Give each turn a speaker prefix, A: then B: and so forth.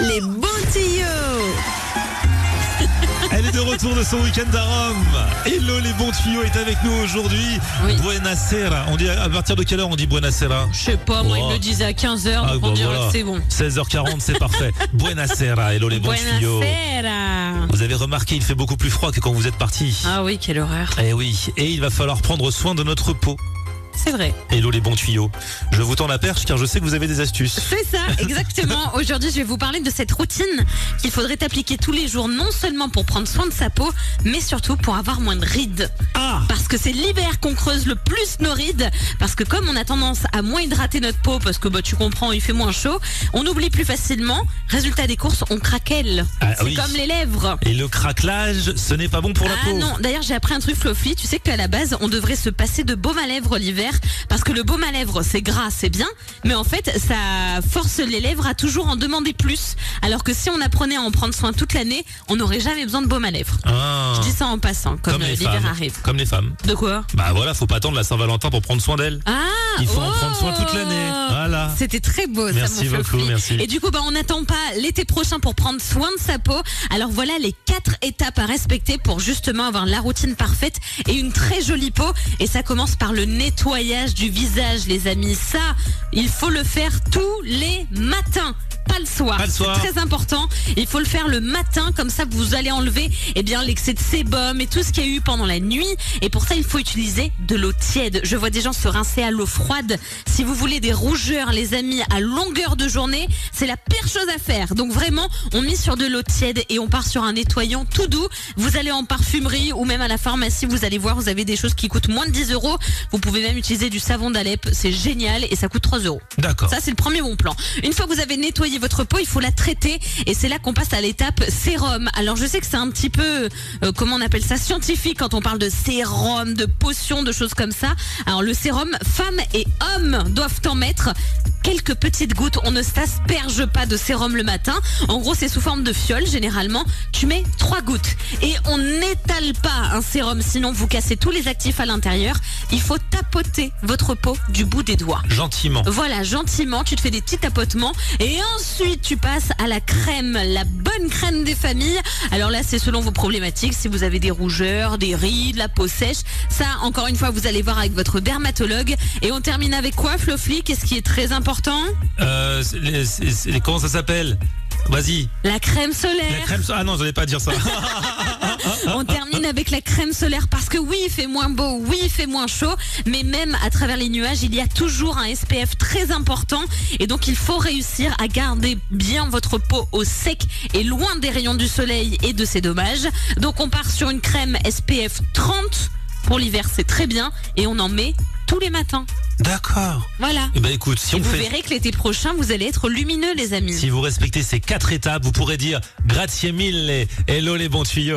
A: Les bons tuyaux
B: Elle est de retour de son week-end à Rome. Hello les bons tuyaux est avec nous aujourd'hui.
A: Oui.
B: Buenasera. On dit à partir de quelle heure on dit Buenasera
A: Je sais pas, moi,
B: Oh.
A: il me disait à 15h,
B: Ah,
A: donc
B: bah,
A: on dirait
B: voilà.
A: que c'est bon.
B: 16h40, c'est parfait. Buenasera, hello les bons tuyaux.
A: Buenasera
B: Vous avez remarqué, il fait beaucoup plus froid que quand vous êtes parti.
A: Ah oui, quelle horreur.
B: Eh oui, et il va falloir prendre soin de notre peau.
A: C'est vrai.
B: Hello les bons tuyaux. Je vous tends la perche car je sais que vous avez des astuces.
A: C'est ça, exactement. Aujourd'hui, je vais vous parler de cette routine qu'il faudrait appliquer tous les jours, non seulement pour prendre soin de sa peau, mais surtout pour avoir moins de rides.
B: Ah
A: Parce que c'est l'hiver qu'on creuse le plus nos rides. Parce que comme on a tendance à moins hydrater notre peau, parce que bah, tu comprends, il fait moins chaud, on oublie plus facilement. Résultat des courses, on craquelle.
B: Ah
A: c'est
B: oui.
A: comme les lèvres.
B: Et le craquelage, ce n'est pas bon pour la
A: Ah
B: peau.
A: non, d'ailleurs j'ai appris un truc Fluffy, tu sais qu'à la base on devrait se passer de baume à lèvres l'hiver parce que le baume à lèvres c'est gras, c'est bien, mais en fait ça force les lèvres à toujours en demander plus alors que si on apprenait à en prendre soin toute l'année, on n'aurait jamais besoin de baume à lèvres.
B: Ah.
A: Je dis ça en passant comme,
B: Comme
A: euh,
B: les
A: l'hiver
B: femmes.
A: arrive.
B: Comme les femmes.
A: De quoi
B: Bah voilà, faut pas attendre la Saint-Valentin pour prendre soin d'elle.
A: Ah
B: Il faut en
A: oh
B: prendre soin toute l'année. Voilà.
A: C'était très beau ça
B: Merci
A: mon
B: beaucoup,
A: Fluffy.
B: merci.
A: Et du coup bah on n'attend pas l'été prochain pour prendre soin de sa peau. Alors voilà les quatre étapes à respecter pour justement avoir la routine parfaite et une très jolie peau et ça commence par le nettoyage du visage les amis. Ça, il faut le faire tous les matins. Pas le soir.
B: Pas le
A: C'est
B: soir.
A: très important. Il faut le faire le matin, comme ça vous allez enlever eh bien l'excès de sébum et tout ce qu'il y a eu pendant la nuit. Et pour ça, il faut utiliser de l'eau tiède. Je vois des gens se rincer à l'eau froide. Si vous voulez des rougeurs, les amis, à longueur de journée, c'est la pire chose à faire. Donc vraiment, on mise sur de l'eau tiède et on part sur un nettoyant tout doux. Vous allez en parfumerie ou même à la pharmacie, vous allez voir, vous avez des choses qui coûtent moins de 10 euros. Vous pouvez même utiliser du savon d'Alep. C'est génial et ça coûte 3 euros.
B: D'accord.
A: Ça, c'est le premier bon plan. Une fois que vous avez nettoyé votre peau, il faut la traiter. Et c'est là qu'on passe à l'étape sérum. Alors, je sais que c'est un petit peu, euh, comment on appelle ça, scientifique quand on parle de sérum, de potions, de choses comme ça. Alors, le sérum, femmes et hommes doivent en mettre. Quelques petites gouttes, on ne s'asperge pas de sérum le matin. En gros, c'est sous forme de fiole, généralement. Tu mets trois gouttes. Et on n'étale pas un sérum, sinon vous cassez tous les actifs à l'intérieur. Il faut tapoter votre peau du bout des doigts.
B: Gentiment.
A: Voilà, gentiment, tu te fais des petits tapotements et ensuite tu passes à la crème, la bonne crème des familles. Alors là, c'est selon vos problématiques, si vous avez des rougeurs, des rides, la peau sèche, ça encore une fois, vous allez voir avec votre dermatologue. Et on termine avec quoi, Flofli Qu'est-ce qui est très important
B: Euh, c'est- les- c'est- c'est- comment ça s'appelle Vas-y.
A: La crème
B: La
A: solaire.
B: crème. so- Ah non, j'allais pas dire ça.
A: On termine avec la crème solaire parce que oui, il fait moins beau, oui, il fait moins chaud, mais même à travers les nuages, il y a toujours un SPF très important et donc il faut réussir à garder bien votre peau au sec et loin des rayons du soleil et de ses dommages. Donc on part sur une crème SPF 30 pour l'hiver, c'est très bien et on en met tous les matins.
B: D'accord.
A: Voilà.
B: Eh ben écoute, si
A: Et
B: on
A: vous
B: fait,
A: verrez que l'été prochain, vous allez être lumineux, les amis.
B: si vous respectez ces quatre étapes, vous pourrez dire grazie mille, hello les bons tuyaux.